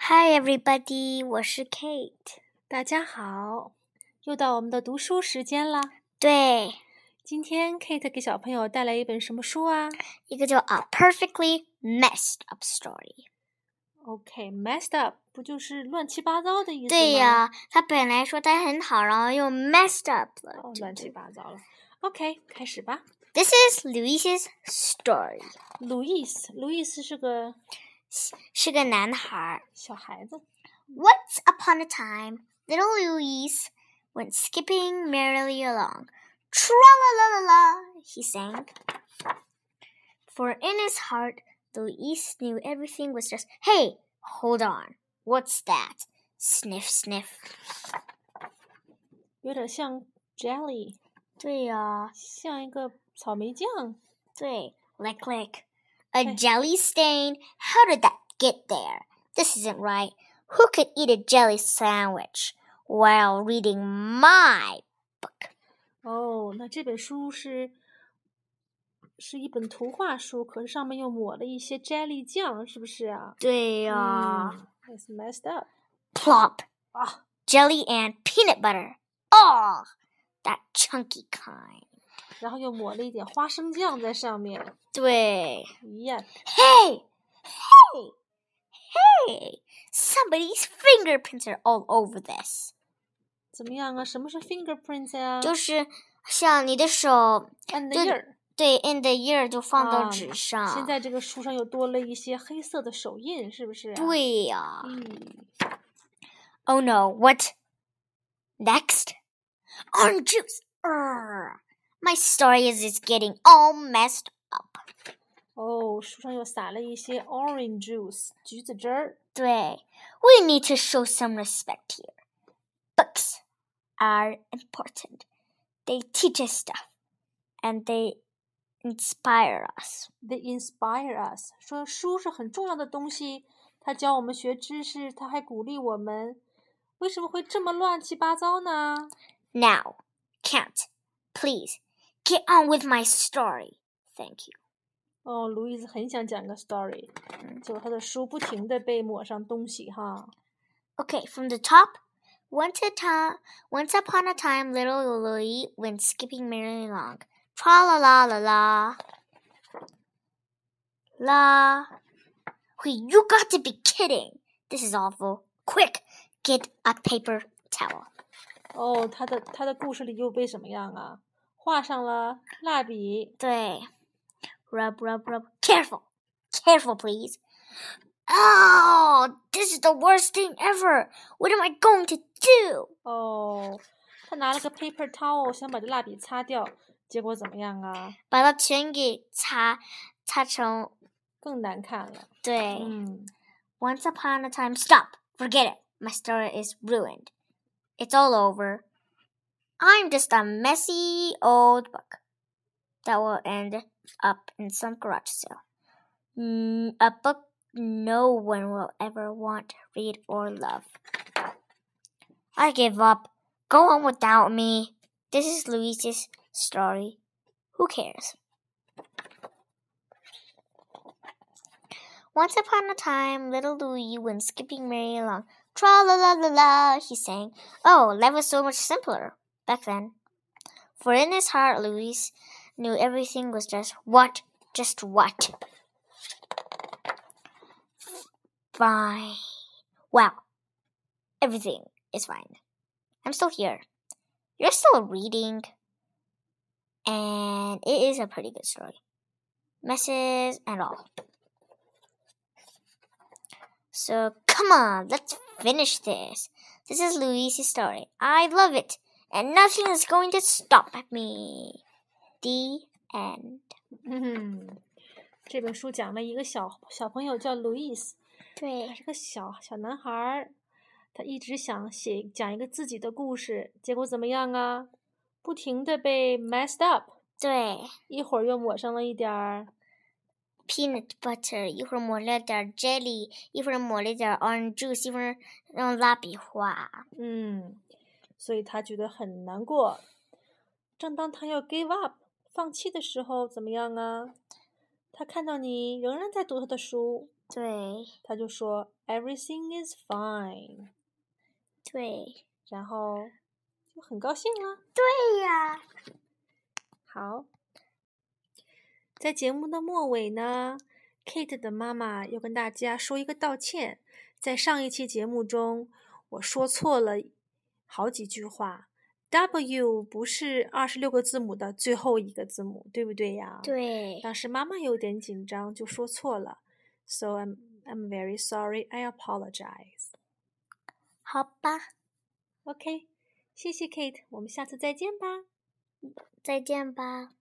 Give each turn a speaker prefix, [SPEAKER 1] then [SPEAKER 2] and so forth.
[SPEAKER 1] Hi everybody，我是 Kate。
[SPEAKER 2] 大家好，又到我们的读书时间啦。
[SPEAKER 1] 对，
[SPEAKER 2] 今天 Kate 给小朋友带来一本什么书啊
[SPEAKER 1] 一个叫《A Perfectly Messed Up Story》。
[SPEAKER 2] ？OK，messed、up 不就是乱七八糟的意思吗？
[SPEAKER 1] 对呀、、他本来说他很好，然后又 messed up 了。
[SPEAKER 2] 哦，
[SPEAKER 1] 对
[SPEAKER 2] 乱
[SPEAKER 1] 对
[SPEAKER 2] 七八糟了。OK，开始吧。
[SPEAKER 1] This is Louis's story。
[SPEAKER 2] Louis，Louis 是个
[SPEAKER 1] 是个男孩儿。
[SPEAKER 2] 小孩子。
[SPEAKER 1] Once upon a time, little Louis went skipping merrily along. Tra la la la la, he sang. For in his heart, Louis knew everything was just, hey, hold on, what's that? Sniff, sniff.
[SPEAKER 2] 有点像 jelly，像
[SPEAKER 1] ah,
[SPEAKER 2] 一个草莓酱。
[SPEAKER 1] 对，lick lick. A jelly stain? How did that get there? This isn't right. Who could eat a jelly sandwich while reading my book?
[SPEAKER 2] 哦，那这本书是是一本图画书，可是上面又抹了一些 jelly 酱，是不是啊？
[SPEAKER 1] 对呀、
[SPEAKER 2] 嗯，It's messed up。
[SPEAKER 1] Plop.
[SPEAKER 2] Ah.
[SPEAKER 1] Jelly and peanut butter. Oh, that chunky kind.
[SPEAKER 2] 然后又抹了一点花生酱在上面。
[SPEAKER 1] 对。
[SPEAKER 2] Yes，
[SPEAKER 1] Hey, hey, hey! Somebody's fingerprints are all over this.
[SPEAKER 2] 怎么样啊？什么是 fingerprint 呀、
[SPEAKER 1] 就是像你的手
[SPEAKER 2] 按的
[SPEAKER 1] 就
[SPEAKER 2] 印儿。
[SPEAKER 1] 对 in the year 就放到
[SPEAKER 2] 啊
[SPEAKER 1] 纸上。
[SPEAKER 2] 现在这个书上又多了一些黑色的手印，是不是、啊？。
[SPEAKER 1] 对呀、
[SPEAKER 2] 嗯，
[SPEAKER 1] Oh no! What next? Orange juice. Urgh. My story is is getting all messed up.
[SPEAKER 2] 哦，书上又撒了一些 orange juice 橘子汁儿。
[SPEAKER 1] 对，We need to show some respect here. Books are important. They teach us stuff, and they inspire us.
[SPEAKER 2] They inspire us，说书是很重要的东西，它教我们学知识，它还鼓励我们。为什么会这么乱七八糟呢？
[SPEAKER 1] Now, can't. Please, get on with my story. Thank you.
[SPEAKER 2] 哦，路易斯很想讲个 story，结
[SPEAKER 1] 嗯
[SPEAKER 2] 果他的书不停的被抹上东西哈。
[SPEAKER 1] Okay, from the top. Once, a time, once upon a time, little Louis went skipping merrily along. Tra la la la la. La. Wait, you got to be kidding. This is awful. Quick, get a paper towel.
[SPEAKER 2] 哦，他的他的故事里又被什么样啊？画上了蜡笔，
[SPEAKER 1] 对，rub rub rub. Careful, careful, please. Oh, this is the worst thing ever. What am I going to do?
[SPEAKER 2] 哦，他拿了个 paper towel 想把这蜡笔擦掉，结果怎么样啊？
[SPEAKER 1] 把它全给擦擦成
[SPEAKER 2] 更难看了。
[SPEAKER 1] 对。
[SPEAKER 2] 嗯，
[SPEAKER 1] Once upon a time, stop. Forget it. My story is ruined. It's all over. I'm just a messy old book that will end up in some garage sale. Mm, a book no one will ever want, read, or love. I give up. Go on without me. This is Louise's story. Who cares? Once upon a time, little Louis went skipping merrily along. Tra la la la la, he sang. Oh, life was so much simpler back then. For in his heart, Louis knew everything was just what, just what. Fine. Wow. Everything is fine. I'm still here. You're still reading. And it is a pretty good story. Messes and all. So come on, let's finish this. This is Louise's story. I love it, and nothing is going to stop me. The end.
[SPEAKER 2] 嗯，这本书讲了一个小小朋友叫路易斯，他
[SPEAKER 1] 对
[SPEAKER 2] 是个小小男孩儿，他一直想写讲一个自己的故事，结果怎么样啊？不停的被 messed up，
[SPEAKER 1] 对
[SPEAKER 2] 一会儿又抹上了一点儿，
[SPEAKER 1] ，peanut butter，一会儿抹了点儿 jelly，一会儿抹了点儿 orange juice，一会儿用蜡笔画。
[SPEAKER 2] 嗯，所以他觉得很难过。正当他要 give up 放弃的时候，怎么样啊？他看到你仍然在读他的书，
[SPEAKER 1] 对
[SPEAKER 2] 他就说 Everything is fine，
[SPEAKER 1] 对，
[SPEAKER 2] 然后就很高兴啊了。
[SPEAKER 1] 对呀，
[SPEAKER 2] 好，在节目的末尾呢，Kate 的妈妈要跟大家说一个道歉。在上一期节目中，我说错了好几句话。W 不是二十六个字母的最后一个字母，对不对呀？。
[SPEAKER 1] 对，
[SPEAKER 2] 当时妈妈有点紧张，就说错了。So I'm I'm very sorry. I apologize.
[SPEAKER 1] 好吧，
[SPEAKER 2] OK，谢谢 Kate，我们下次再见吧。
[SPEAKER 1] 再见吧。